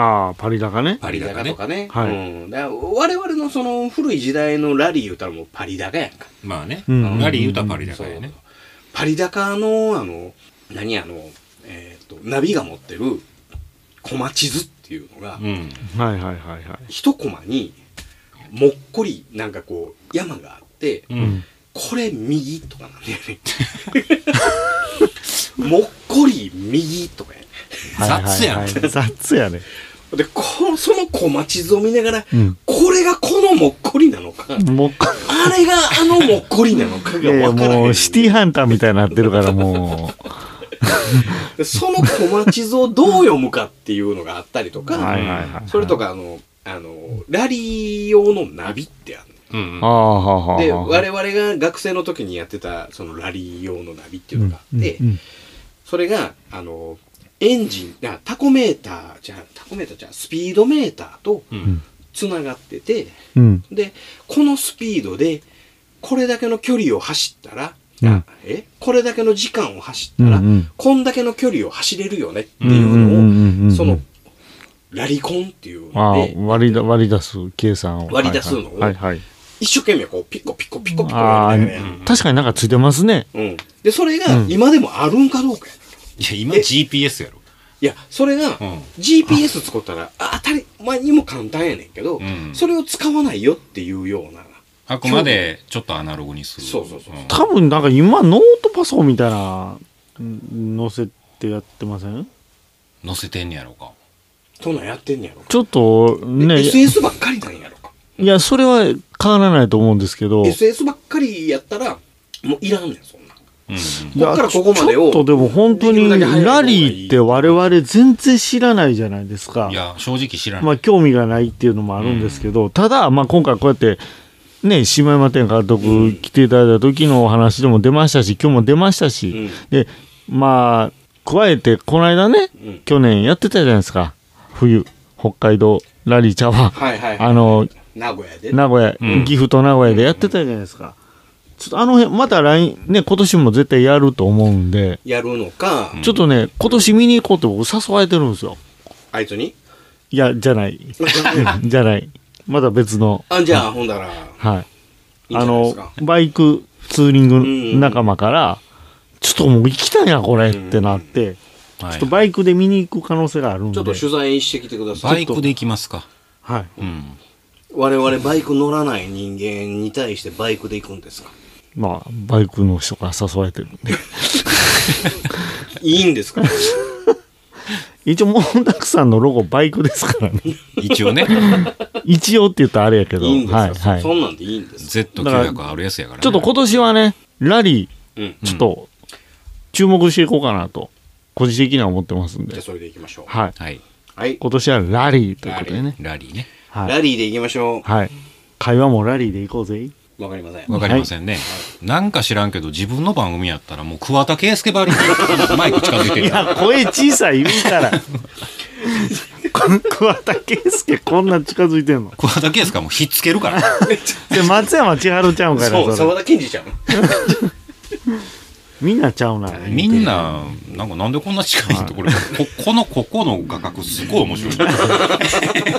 [SPEAKER 1] ああパリ高ね
[SPEAKER 2] パ
[SPEAKER 3] パ
[SPEAKER 2] リ
[SPEAKER 3] リ
[SPEAKER 2] 高
[SPEAKER 3] 高
[SPEAKER 2] ね
[SPEAKER 3] と。かね、
[SPEAKER 1] はい
[SPEAKER 3] うん、だから我々のその古い時代のラリー言うたらもうパリ高やんか
[SPEAKER 2] まあね。
[SPEAKER 1] うんうんうん
[SPEAKER 2] ラリーユタパリだからね。
[SPEAKER 3] パリ高のあの何あのえっ、とナビが持ってるコマ地図っていうのが、
[SPEAKER 2] うん。
[SPEAKER 1] はいはいはいはい
[SPEAKER 3] 一コマにもっこりなんかこう山があって、
[SPEAKER 2] うん。
[SPEAKER 3] これ右とかなんだよね もっこり右とかやね
[SPEAKER 2] 雑やん
[SPEAKER 1] はいはいはい雑やね
[SPEAKER 3] でこそのコマ地図を見ながら、
[SPEAKER 1] うん
[SPEAKER 3] これがこのもっこりなのか、
[SPEAKER 1] も うこ
[SPEAKER 3] あれがあのもっこりなのかが
[SPEAKER 1] いやいや
[SPEAKER 3] 分からへん
[SPEAKER 1] もうシティハンターみたいになってるからもう
[SPEAKER 3] でその小町図をどう読むかっていうのがあったりとか、
[SPEAKER 1] はいはいはい
[SPEAKER 3] それとかあの、あの、ラリー用のナビってある
[SPEAKER 2] うん
[SPEAKER 1] あ。あはあはあ
[SPEAKER 3] の。で、
[SPEAKER 1] はあ
[SPEAKER 3] 我々が学生の時にやってた、そのラリー用のナビっていうのがあ
[SPEAKER 1] うん
[SPEAKER 3] って
[SPEAKER 1] う、ん
[SPEAKER 3] それが、あの、エンジン、あタコメーター、じゃあタコメーターじゃあスピードメーターと
[SPEAKER 2] うん。
[SPEAKER 3] つながってて、
[SPEAKER 1] うん
[SPEAKER 3] で、このスピードで、これだけの距離を走ったら、
[SPEAKER 1] うん
[SPEAKER 3] あえこれだけの時間を走っ
[SPEAKER 1] うん
[SPEAKER 3] た
[SPEAKER 1] う
[SPEAKER 3] ら、
[SPEAKER 1] ん
[SPEAKER 3] こんだけの距離を走れるよねって
[SPEAKER 1] うんう
[SPEAKER 3] い
[SPEAKER 1] ん
[SPEAKER 3] う
[SPEAKER 1] うん
[SPEAKER 3] のを、
[SPEAKER 1] うんうん
[SPEAKER 3] そのラリコンっていう
[SPEAKER 1] あ
[SPEAKER 3] の
[SPEAKER 1] あ
[SPEAKER 3] で
[SPEAKER 1] 割りだ割り出す計算を
[SPEAKER 3] 割り出すのを
[SPEAKER 1] はいはい
[SPEAKER 3] 一生懸命こうピコピコピコピコ
[SPEAKER 1] あ
[SPEAKER 3] や
[SPEAKER 1] あ
[SPEAKER 3] りながらやる
[SPEAKER 2] ん
[SPEAKER 1] 確かになんかついてますね
[SPEAKER 3] うん、でそれが今でもあるんかどうかやね、
[SPEAKER 2] いや、今 GPS やろ。
[SPEAKER 3] いやそれが
[SPEAKER 2] うん
[SPEAKER 3] GPS 使ったらあ当たり前にも簡単やねんけど、
[SPEAKER 2] うん
[SPEAKER 3] それを使わないよっていうような
[SPEAKER 2] あくまでちょっとアナログにする。
[SPEAKER 3] そうそうそう
[SPEAKER 1] 多分なんか今ノートパソコンみたいなの載せてやってません
[SPEAKER 2] 乗せてんねやろうか。
[SPEAKER 3] そんなんやってんねやろか
[SPEAKER 1] ちょっと
[SPEAKER 3] で
[SPEAKER 1] ね
[SPEAKER 3] SS ばっかりなんやろか
[SPEAKER 1] いやそれは変わらないと思うんですけど
[SPEAKER 3] SS ばっかりやったらもういらんねんそんなん
[SPEAKER 2] うんうん。
[SPEAKER 1] いや
[SPEAKER 3] こっからここまでを
[SPEAKER 1] ちょっとでも本当
[SPEAKER 3] でき
[SPEAKER 1] に
[SPEAKER 3] るだけ早い方
[SPEAKER 1] ラ
[SPEAKER 3] がいい
[SPEAKER 1] リーって我々全然知らないじゃないですか
[SPEAKER 2] いや、正直知ら
[SPEAKER 1] ま
[SPEAKER 2] な
[SPEAKER 1] あ
[SPEAKER 2] い。
[SPEAKER 1] 興味がないっていうのもあるんですけど、ただまあ今回こうやってね島山店監督来ていただいた時のお話でも出ましたし今日も出ましたし、
[SPEAKER 3] うん
[SPEAKER 1] でまあ加えてこの間ね、
[SPEAKER 3] うん
[SPEAKER 1] 去年やってたじゃないですか冬北海道ラリー茶碗
[SPEAKER 3] はいはい、はい、
[SPEAKER 1] あの
[SPEAKER 3] 名古屋で
[SPEAKER 1] 名古屋、
[SPEAKER 2] うん
[SPEAKER 1] 岐阜と名古屋でやってたじゃないですか、ちょっとあの辺また来ね今年も絶対やると思うんで、
[SPEAKER 3] やるのか、
[SPEAKER 1] ちょっとね今年見に行こうって僕誘われてるんですよ
[SPEAKER 3] あいつに
[SPEAKER 1] いやじゃ ないじゃないまだ別の
[SPEAKER 3] あじゃあほんだら
[SPEAKER 1] はい
[SPEAKER 3] いんじ
[SPEAKER 1] あ
[SPEAKER 3] ゃないです
[SPEAKER 1] の
[SPEAKER 3] か
[SPEAKER 1] バイクツーリング仲間から、ちょっともう行きたいなこれってなって、ちょっとバイクで見に行く可能性があるんで
[SPEAKER 3] ちょっと取材してきてくださ
[SPEAKER 2] バ
[SPEAKER 3] い
[SPEAKER 2] イクで行きますか。
[SPEAKER 1] はい
[SPEAKER 2] うん。
[SPEAKER 3] 我々バイク乗らない人間に対してバイクで行くんで すか
[SPEAKER 1] まあバイクの人から誘われてるんで
[SPEAKER 3] いいんですか
[SPEAKER 1] 一応モンダクさんのロゴバイクですから ね
[SPEAKER 2] 一応ね、
[SPEAKER 1] 一応って言ったらあれやけ
[SPEAKER 3] い
[SPEAKER 1] ど
[SPEAKER 3] いんですか、
[SPEAKER 1] はいはい
[SPEAKER 3] そんなんでいいんですか
[SPEAKER 2] Z900RS やからね。
[SPEAKER 1] ちょっと今年はねラリ
[SPEAKER 3] うん
[SPEAKER 1] ーちょっと注目していこうかなと個人的には思ってますん
[SPEAKER 3] じゃ
[SPEAKER 1] で
[SPEAKER 3] あ、それで行きましょう
[SPEAKER 1] はい、
[SPEAKER 2] はい。
[SPEAKER 3] はい
[SPEAKER 1] 今年はラリーということでね
[SPEAKER 2] ラリーね。
[SPEAKER 1] は
[SPEAKER 3] ラ
[SPEAKER 1] い、
[SPEAKER 3] リーで行きましょ
[SPEAKER 1] はい、会話もラリーで行こうぜ
[SPEAKER 3] うわかりません
[SPEAKER 2] わかりませんね、なんか知らんけど、自分の番組やったらもう桑田佳祐ばりに マイク近づいて
[SPEAKER 1] い
[SPEAKER 2] るやん。
[SPEAKER 1] や声小さい言う からこ桑田佳祐こんなん近づいてんの
[SPEAKER 2] 桑田佳祐はもうひっつけるから。
[SPEAKER 1] で松山千春ちゃ うんから
[SPEAKER 3] そう
[SPEAKER 1] それ
[SPEAKER 3] 沢田研二 ちゃん
[SPEAKER 1] みんなちゃうな
[SPEAKER 2] みんな、なんかなんでこんな近いところ、ここの、ここの画角すごい面白い。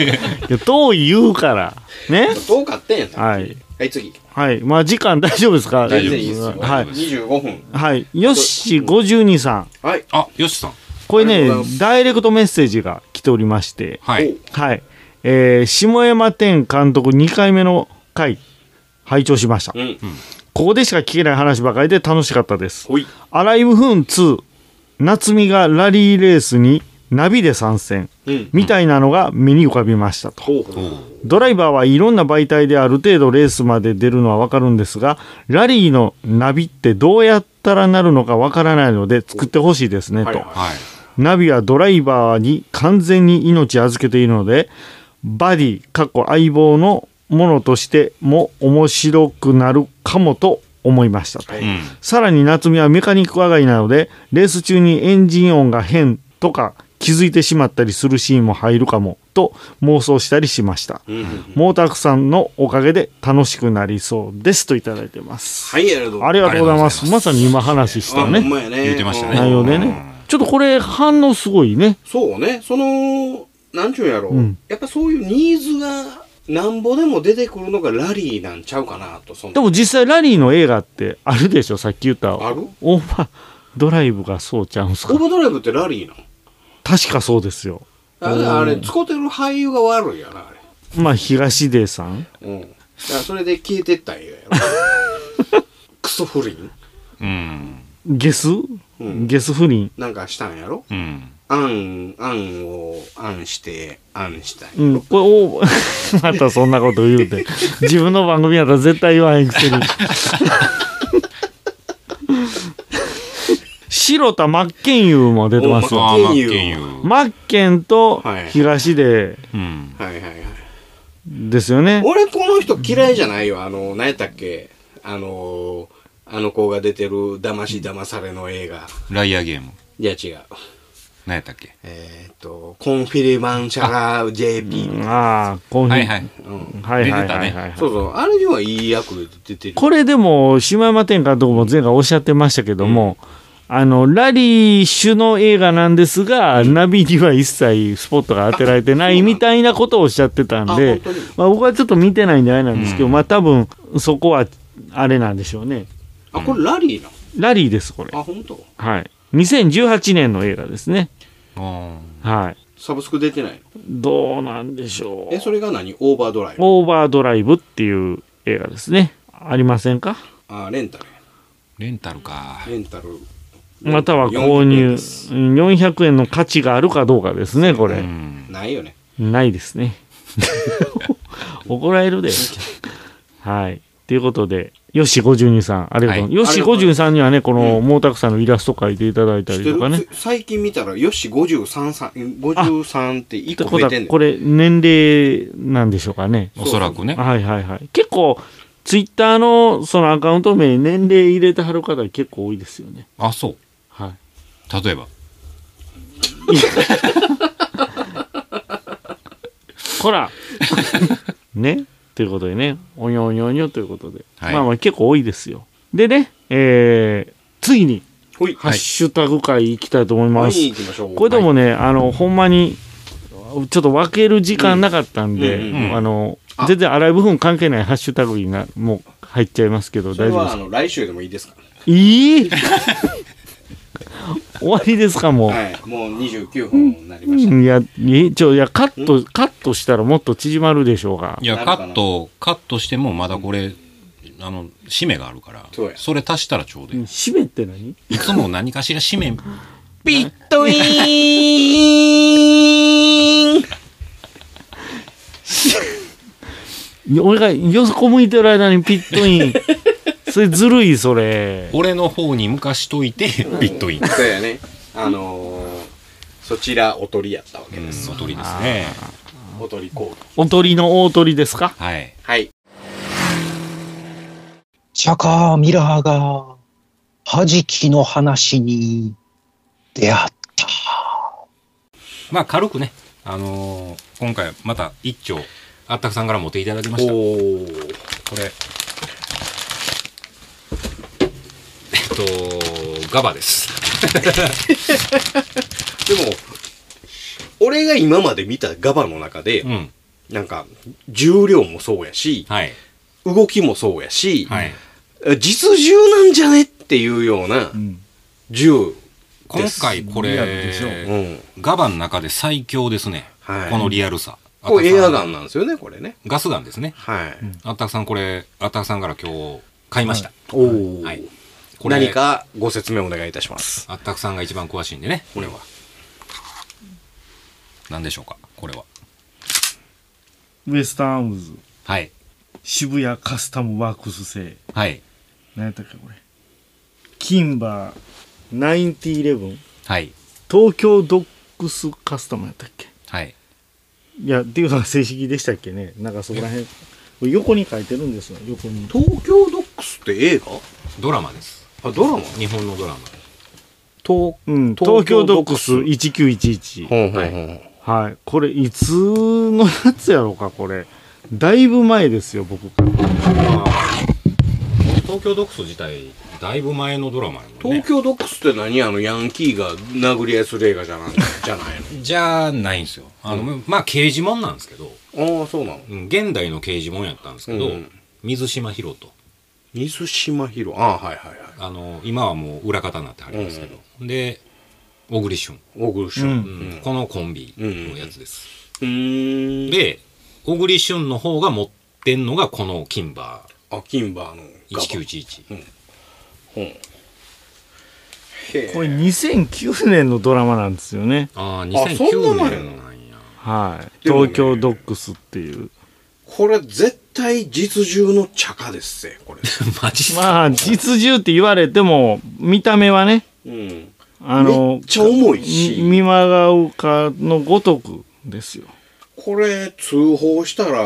[SPEAKER 1] いや遠い言うからね
[SPEAKER 3] どうかってんやんは
[SPEAKER 1] はい
[SPEAKER 3] い次
[SPEAKER 1] はいまあ時間大丈夫ですか
[SPEAKER 3] 大丈夫ですよ
[SPEAKER 1] はい
[SPEAKER 3] 25分
[SPEAKER 1] はいよし52さん
[SPEAKER 3] はい
[SPEAKER 2] あ、よしさん。
[SPEAKER 1] これ
[SPEAKER 3] あり
[SPEAKER 1] ね
[SPEAKER 3] がとうございます
[SPEAKER 1] ダイレクトメッセージが来ておりまして
[SPEAKER 2] はい。
[SPEAKER 1] はいえー下山天監督2回目の回拝聴しました
[SPEAKER 3] おうん
[SPEAKER 1] ここでしか聞けない話ばかりで楽しかったです
[SPEAKER 3] ほい
[SPEAKER 1] アライブフーン2夏美がラリーレースにナビで参戦
[SPEAKER 3] うん
[SPEAKER 1] みたいなのが目に浮かびましたと
[SPEAKER 3] ほうほう
[SPEAKER 1] ドライバーはいろんな媒体である程度レースまで出るのはわかるんですがラリーのナビってどうやったらなるのかわからないので作ってほしいですね
[SPEAKER 3] はい
[SPEAKER 1] と
[SPEAKER 3] は
[SPEAKER 2] はい。
[SPEAKER 1] ナビはドライバーに完全に命預けているのでバディかっこ相棒のものとしても面白くなるかもと思いましたと
[SPEAKER 3] は
[SPEAKER 2] う
[SPEAKER 3] い
[SPEAKER 2] ん。
[SPEAKER 1] さらに夏美はメカニック上がりなのでレース中にエンジン音が変とか気づいてしまったりするシーンも入るかもと妄想したりしました
[SPEAKER 3] うん
[SPEAKER 1] モータークさんのおかげで楽しくなりそうですといただいてます、
[SPEAKER 3] はいありがとう
[SPEAKER 1] ありがとうございます
[SPEAKER 2] あり
[SPEAKER 1] ま
[SPEAKER 2] がとうございま
[SPEAKER 1] さに今話
[SPEAKER 2] す
[SPEAKER 1] した
[SPEAKER 3] あほん
[SPEAKER 1] ね
[SPEAKER 3] まやね
[SPEAKER 2] 言ってましたね
[SPEAKER 1] 内容で
[SPEAKER 2] う
[SPEAKER 1] ね
[SPEAKER 2] ん
[SPEAKER 1] ちょっとこれ反応すごいね
[SPEAKER 3] そうね、その、なんちゅうんやろ、
[SPEAKER 1] うん
[SPEAKER 3] やっぱそういうニーズが、なんぼでも出てくるのがラリーなんちゃうかなと、そんな
[SPEAKER 1] でも実際ラリーの映画ってあるでしょさっき言った
[SPEAKER 3] ある
[SPEAKER 1] オーバードライブがそうちゃうんす
[SPEAKER 3] オー
[SPEAKER 1] か
[SPEAKER 3] バードライブってラリーなの
[SPEAKER 1] 確かそうですよ
[SPEAKER 3] あれ、あれ使ってる俳優が悪いやな、あ
[SPEAKER 1] まあ東出さん
[SPEAKER 3] れ。うん。だからそれで消えてったんやろ。 クソ不倫
[SPEAKER 2] うん。
[SPEAKER 1] ゲス、
[SPEAKER 3] うん
[SPEAKER 1] ゲス不倫
[SPEAKER 3] なんかしたんやろ
[SPEAKER 2] うん。
[SPEAKER 3] あん、あんを、あんして、あんしたんや
[SPEAKER 1] うん、これオーバー またそんなこと言うて自分の番組やったら絶対言わへんく せに白田真剣佑も出てます
[SPEAKER 3] お
[SPEAKER 1] わ
[SPEAKER 2] ああ、
[SPEAKER 3] 真
[SPEAKER 2] 真
[SPEAKER 3] 剣佑
[SPEAKER 2] 剣佑。
[SPEAKER 1] 真剣と東出
[SPEAKER 2] うん。
[SPEAKER 3] はいはいはい。
[SPEAKER 1] ですよね、
[SPEAKER 3] 俺この人嫌いじゃないよあの何やったっけあのーあの子が出てる「騙し騙され」の映画
[SPEAKER 2] ライアーゲーム。
[SPEAKER 3] いや違う
[SPEAKER 2] 何やったっけ
[SPEAKER 3] えーっとコンフィリマンシャラ JP
[SPEAKER 1] ああこういうふう
[SPEAKER 2] はい
[SPEAKER 1] に
[SPEAKER 2] はい。
[SPEAKER 3] うん
[SPEAKER 1] はいはい
[SPEAKER 2] 出て
[SPEAKER 1] は
[SPEAKER 2] た
[SPEAKER 1] い
[SPEAKER 2] ね
[SPEAKER 1] はいはい
[SPEAKER 3] そうそうあれにはいい役で出てる
[SPEAKER 1] これでも島山天監督も前回おっしゃってましたけども、あのラリー種の映画なんですが、ナビには一切スポットが当てられてな
[SPEAKER 3] あそう
[SPEAKER 1] い
[SPEAKER 3] なんだ
[SPEAKER 1] みたいなことをおっしゃってたん
[SPEAKER 3] あ本
[SPEAKER 1] で
[SPEAKER 3] 当に、
[SPEAKER 1] まあ、僕はちょっと見てないんであれなんですけど、
[SPEAKER 2] うん
[SPEAKER 1] まあ多分そこはあれなんでしょうね
[SPEAKER 3] あこれラリーな
[SPEAKER 1] ラリーですこれ
[SPEAKER 3] あ本当
[SPEAKER 1] はい2018年の映画ですね
[SPEAKER 2] うん
[SPEAKER 1] はい
[SPEAKER 3] サブスク出てないの
[SPEAKER 1] どうなんでしょう
[SPEAKER 3] えそれが何オーバードライブ
[SPEAKER 1] オーバードライブっていう映画ですねありませんか
[SPEAKER 3] あレンタル
[SPEAKER 2] レンタルか。
[SPEAKER 3] レンタル
[SPEAKER 1] または購
[SPEAKER 3] 400
[SPEAKER 1] 入
[SPEAKER 3] 円です
[SPEAKER 1] 400円の価値があるかどうかですねこれ、
[SPEAKER 2] うん。
[SPEAKER 3] ないよね
[SPEAKER 1] ないです ね。怒られるで。はい。ということで、よし52さん、ありがとう。
[SPEAKER 2] はい
[SPEAKER 1] よし52さんにはね、この毛沢さんのイラスト描いていただいた
[SPEAKER 3] 知っ
[SPEAKER 1] り
[SPEAKER 3] て
[SPEAKER 1] とか
[SPEAKER 3] る
[SPEAKER 1] ね。
[SPEAKER 3] つ最近見たらよし53さん53って
[SPEAKER 1] って
[SPEAKER 3] 1個
[SPEAKER 1] こ
[SPEAKER 3] 増
[SPEAKER 1] と
[SPEAKER 3] え
[SPEAKER 1] は
[SPEAKER 3] てんねん、
[SPEAKER 1] これ、年齢なんでしょうかね。
[SPEAKER 2] おそらくね。
[SPEAKER 1] はいはいはい。結構、ツイッターのそのアカウント名、年齢入れてはる方結構多いですよね。
[SPEAKER 2] あ、そう。
[SPEAKER 1] はい。
[SPEAKER 2] 例えば。
[SPEAKER 1] ほ らねということでねおにょおにょおにょということで、
[SPEAKER 2] はい
[SPEAKER 1] まあまあ結構多いですよでねえー、次に
[SPEAKER 3] ほい
[SPEAKER 1] ハッシュタグ会行きたいと思い
[SPEAKER 3] は
[SPEAKER 1] ます、
[SPEAKER 3] い行きましょう
[SPEAKER 1] これでもね、あのほんまにちょっと分ける時間なかったんで、
[SPEAKER 3] うんうん
[SPEAKER 2] うんうん
[SPEAKER 1] あの
[SPEAKER 3] あ
[SPEAKER 1] 全然洗い部分関係ないハッシュタグになもう入っちゃいますけど
[SPEAKER 3] そ
[SPEAKER 1] 大
[SPEAKER 3] れ
[SPEAKER 1] 丈夫で
[SPEAKER 3] はあ
[SPEAKER 1] すか
[SPEAKER 3] の来週でもいいですか
[SPEAKER 1] いい終わりですかもう、
[SPEAKER 3] はい、もう29本になりました。
[SPEAKER 1] いやえちょいやカットカットしたらもっと縮まるでしょうが
[SPEAKER 2] いや
[SPEAKER 3] なる
[SPEAKER 2] カ
[SPEAKER 3] かな
[SPEAKER 2] ットカットしてもまだこれ、あの締めがあるから
[SPEAKER 3] そうや
[SPEAKER 2] れ足したらちょうどいい、
[SPEAKER 1] 締めって何
[SPEAKER 2] いつも何かしら締め
[SPEAKER 3] ビットイーン
[SPEAKER 1] 俺が横向いてる間にピットイン それずるいそれ
[SPEAKER 2] 俺の方に向かしといてビットイン、
[SPEAKER 3] そうやね。あのー、そちらおとりやったわけ
[SPEAKER 2] う
[SPEAKER 3] で
[SPEAKER 2] ん、
[SPEAKER 3] す。
[SPEAKER 2] おとりですね
[SPEAKER 3] おとり攻撃。
[SPEAKER 1] おとりの大鳥ですか
[SPEAKER 2] はい
[SPEAKER 3] はい。
[SPEAKER 4] チャカーミラーが、はじきの話に出会った。
[SPEAKER 2] まあ軽くねあのー今回また一丁あったくさんから持っていただきましたこ
[SPEAKER 3] お
[SPEAKER 2] れえっとガバです
[SPEAKER 3] でも、俺が今まで見たガバの中で、
[SPEAKER 2] うん
[SPEAKER 3] なんか、重量もそうやし、
[SPEAKER 2] はい
[SPEAKER 3] 動きもそうやし、
[SPEAKER 2] はい
[SPEAKER 3] 実銃なんじゃねっていうような銃
[SPEAKER 2] 今回こ
[SPEAKER 1] リアルでしょう
[SPEAKER 2] れ
[SPEAKER 3] ん。
[SPEAKER 2] ガバの中で最強ですね、
[SPEAKER 3] はい
[SPEAKER 2] このリアルさ
[SPEAKER 3] これエアガ
[SPEAKER 2] ン
[SPEAKER 3] ンなんですよね、これね。
[SPEAKER 2] ガスガンですね
[SPEAKER 3] はい。
[SPEAKER 2] あったくさんこれあったくさんから今日買いました、
[SPEAKER 3] おお、
[SPEAKER 2] はいこれ
[SPEAKER 3] 何かご説明お願いいたします。
[SPEAKER 2] あったくさんが一番詳しいんでねこれは、何でしょうかこれは
[SPEAKER 1] ウエスタンアームズ
[SPEAKER 2] はい
[SPEAKER 1] 渋谷カスタムワークス製
[SPEAKER 2] はい
[SPEAKER 1] 何やったっけこれキンバー9011
[SPEAKER 2] はい
[SPEAKER 1] 東京ドックスカスタムやったっけ
[SPEAKER 2] はい
[SPEAKER 1] いやっていうのが正式でしたっけねなんかそこら辺これ横に書いてるんですよ横に
[SPEAKER 3] 東京ドックスって映
[SPEAKER 2] ドラマです
[SPEAKER 3] 画あ、ドラマ
[SPEAKER 2] 日本のドラマ
[SPEAKER 3] 東、
[SPEAKER 1] うん、東京
[SPEAKER 3] 東京
[SPEAKER 1] ド
[SPEAKER 3] ド
[SPEAKER 1] ッ
[SPEAKER 3] ッ
[SPEAKER 1] ク
[SPEAKER 3] ク
[SPEAKER 1] ス
[SPEAKER 3] ス
[SPEAKER 1] 1911。
[SPEAKER 3] ほんほんほん。
[SPEAKER 1] はい。これ、いつのやつやろうか、これ。だいぶ前ですよ、僕から。
[SPEAKER 2] 東京ドックス自体だいぶ前のドラマやもんね
[SPEAKER 3] 東京ドックスって何あのヤンキーが殴り合いする映画じゃ ないじゃない
[SPEAKER 2] じゃないんですよあの、まあ刑事もんなんですけど、
[SPEAKER 3] のああ、そうなの
[SPEAKER 2] うん現代の刑事もんやったんですけど、
[SPEAKER 3] うん
[SPEAKER 2] 水島ヒロと
[SPEAKER 3] 水島ヒロ。ああ、はいはいはい。
[SPEAKER 2] あの今はもう裏方になってはりますけど、で小栗旬、
[SPEAKER 3] 大黒
[SPEAKER 1] う
[SPEAKER 3] 旬。
[SPEAKER 2] うんこのコンビのやつです、
[SPEAKER 3] うーん。、
[SPEAKER 2] で小栗旬の方が持ってんのがこのキンバ
[SPEAKER 3] あ、キンバー
[SPEAKER 2] ー
[SPEAKER 3] のガバ。
[SPEAKER 2] 1911
[SPEAKER 3] ほん。へえ
[SPEAKER 1] これ、2009年のドラマなんですよね。
[SPEAKER 2] ああ
[SPEAKER 3] あそんな
[SPEAKER 2] 2009
[SPEAKER 3] 前
[SPEAKER 2] 年なんや
[SPEAKER 1] はい。
[SPEAKER 3] でもね
[SPEAKER 1] 東京ドックスっていう。
[SPEAKER 3] これ絶対実銃の茶化ですぜ、 これ。
[SPEAKER 2] マジっすか
[SPEAKER 1] まあ、実銃って言われても、見た目はね、
[SPEAKER 3] うん。
[SPEAKER 1] あの、
[SPEAKER 3] めっちゃ重いし
[SPEAKER 1] み見まがうかのごとくですよ。
[SPEAKER 3] これ、通報したら、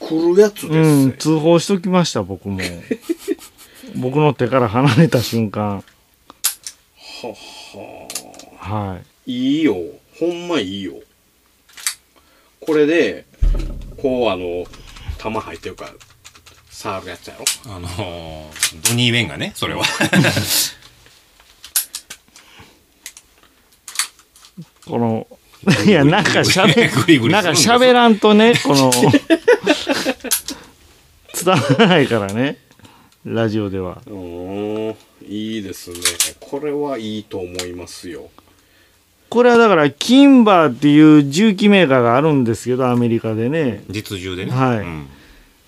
[SPEAKER 3] 来るやつ
[SPEAKER 1] う
[SPEAKER 3] です
[SPEAKER 1] ん、
[SPEAKER 3] ぜ。
[SPEAKER 1] 通報しときました、僕 も。僕の手から離れた瞬間。はい。
[SPEAKER 3] いいよ。ほんまいいよ。これで、こう、あの、玉入ってるから、触るやつやろ。
[SPEAKER 2] あのードニー・ウェンがねそれは
[SPEAKER 1] この、いや、なんか喋
[SPEAKER 2] グリグリするんだ
[SPEAKER 1] なんか喋らんとね、こ の、伝わらないからね、ラジオでは。
[SPEAKER 3] うーん。いいですね。これはいいと思いますよ。
[SPEAKER 1] これはだから、キンバーっていう重機メーカーがあるんですけど、アメリカでね。
[SPEAKER 2] 実銃でね、
[SPEAKER 1] はい
[SPEAKER 2] うん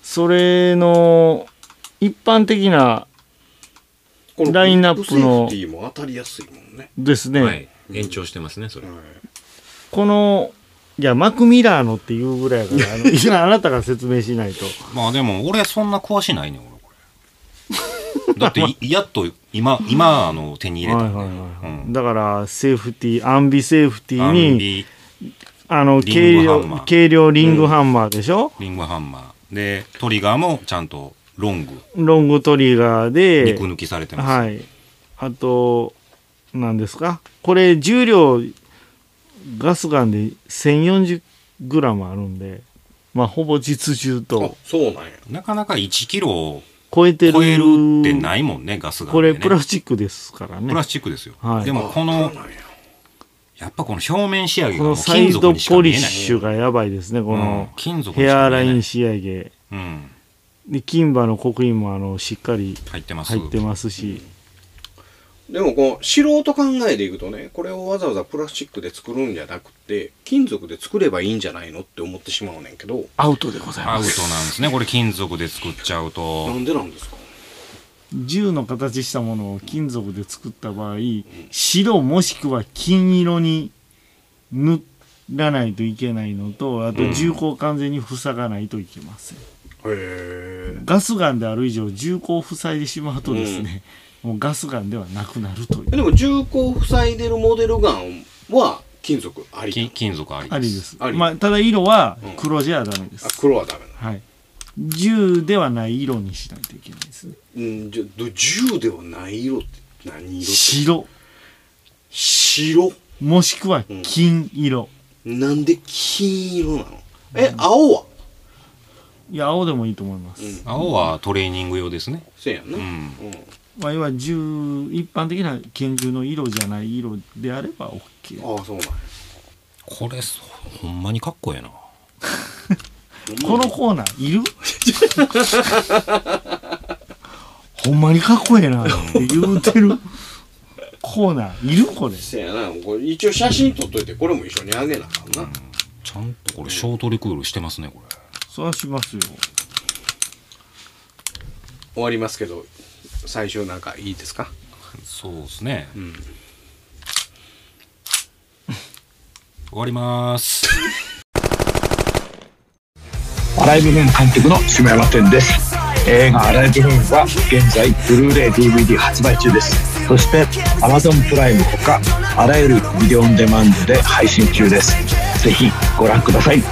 [SPEAKER 1] それの、一般的な
[SPEAKER 3] この
[SPEAKER 1] ラインナップの
[SPEAKER 3] グリップセーフティーも当たりやすいもんね。
[SPEAKER 1] ですね、
[SPEAKER 2] はい、延長してますねそれ、
[SPEAKER 3] はい
[SPEAKER 1] この、いや、マクミラーのっていうぐらいやから、あの いや、あなたが説明しないと。
[SPEAKER 2] まあでも俺そんな詳しないねん俺これ だっていやっと今今あの手に入れ
[SPEAKER 1] は
[SPEAKER 2] た
[SPEAKER 1] い
[SPEAKER 2] ん
[SPEAKER 1] はい
[SPEAKER 2] で、
[SPEAKER 1] はい。
[SPEAKER 2] うん
[SPEAKER 1] だから、セーフティー、アンビセーフティ
[SPEAKER 2] ア
[SPEAKER 1] ー
[SPEAKER 2] ン
[SPEAKER 1] に、
[SPEAKER 2] ビ
[SPEAKER 1] あの、
[SPEAKER 2] リ
[SPEAKER 1] 軽
[SPEAKER 2] ングハンマ
[SPEAKER 1] 量
[SPEAKER 2] ー、
[SPEAKER 1] 軽量リングハンマーでしょ、
[SPEAKER 2] リングハンマーでトリガーもちゃんとロング
[SPEAKER 1] ロングトリガーで
[SPEAKER 2] 肉、抜きされてます、
[SPEAKER 1] はい。あと、何ですかこれ、重量、ガスガンで1040グラムあるんで、まあ、ほぼ実銃
[SPEAKER 3] あ
[SPEAKER 1] と、
[SPEAKER 3] そうなんや。
[SPEAKER 2] なかなか1キロを
[SPEAKER 1] 超えてる。
[SPEAKER 2] 超えるってないもんねガスが、ね、
[SPEAKER 1] これ、プラスチックですからね。
[SPEAKER 2] プラスチックですよ、
[SPEAKER 1] はい
[SPEAKER 2] でもこ
[SPEAKER 3] あ
[SPEAKER 2] の
[SPEAKER 3] そうなんや
[SPEAKER 2] やっぱこの表面仕上げ
[SPEAKER 1] こ
[SPEAKER 2] がも
[SPEAKER 1] の
[SPEAKER 2] う
[SPEAKER 1] サイ
[SPEAKER 2] 金
[SPEAKER 1] ド
[SPEAKER 2] 属にしか
[SPEAKER 1] ポ
[SPEAKER 2] 見
[SPEAKER 1] リッ
[SPEAKER 2] えない
[SPEAKER 1] シュがやばいですね、この
[SPEAKER 2] うん、金属に
[SPEAKER 1] ヘ
[SPEAKER 2] し
[SPEAKER 1] ア
[SPEAKER 2] か見
[SPEAKER 1] ラ
[SPEAKER 2] え
[SPEAKER 1] イ
[SPEAKER 2] な
[SPEAKER 1] ン
[SPEAKER 2] い、
[SPEAKER 1] 仕上げ。
[SPEAKER 2] うん、
[SPEAKER 1] で、金馬の刻印も、あの、しっかり
[SPEAKER 2] 入ってます
[SPEAKER 1] 入ってますし、
[SPEAKER 3] でもこう素人考えでいくとねこれをわざわざプラスチックで作るんじゃなくて金属で作ればいいんじゃないのって思ってしまうねんけど
[SPEAKER 1] アウトでござい
[SPEAKER 2] ア
[SPEAKER 1] ま
[SPEAKER 2] ウトなんですすねこれ金属で作っちゃうと
[SPEAKER 3] なんでなんですか
[SPEAKER 1] 銃の形したものを金属で作った場合白もしくは金色に塗らないといけないのとあと銃口を完全に塞がないといけません、
[SPEAKER 3] へえ
[SPEAKER 1] ガスガンである以上銃口を塞いでしまうとですね、もうガスガンではなくなるという
[SPEAKER 3] でも銃口を塞いでるモデルガンは金属あり
[SPEAKER 2] 金金属あり
[SPEAKER 1] ありです
[SPEAKER 3] あり
[SPEAKER 1] まあ、ただ色は黒じゃダメで
[SPEAKER 3] あ
[SPEAKER 1] す、
[SPEAKER 3] 黒はダメな
[SPEAKER 1] はい銃ではない色にしないといけないですね
[SPEAKER 3] うんじゃど銃ではない色って何色って
[SPEAKER 1] 白
[SPEAKER 3] 白
[SPEAKER 1] もしくは金色、
[SPEAKER 3] なんで金色なのえ青はい
[SPEAKER 1] や青でもいいと思います、
[SPEAKER 3] うん
[SPEAKER 2] 青はトレーニング用ですね
[SPEAKER 3] せやんな、
[SPEAKER 2] う
[SPEAKER 3] うん
[SPEAKER 2] ん
[SPEAKER 1] まあ、要は銃一般的な拳銃の色じゃない色であれば OK
[SPEAKER 3] ああそうなんや
[SPEAKER 2] これそほんまにかっこええな
[SPEAKER 1] このコーナーいるほんまにかっこええなって言うてるコーナーいるこれ
[SPEAKER 3] せやなこれ一応写真撮っといてこれも一緒にあげなあかんな、
[SPEAKER 2] ちゃんとこれショートリクールしてますねこれ
[SPEAKER 1] そらしますよ
[SPEAKER 3] 終わりますけど最初なんかいいですか
[SPEAKER 2] そうですね、
[SPEAKER 3] ん
[SPEAKER 2] 終わります
[SPEAKER 5] アライブムーン監督の下山天です映画「アライブムーン」は現在ブルーレイ DVD 発売中ですそして Amazon プライムほかあらゆるビデオオンデマンドで配信中ですぜひご覧ください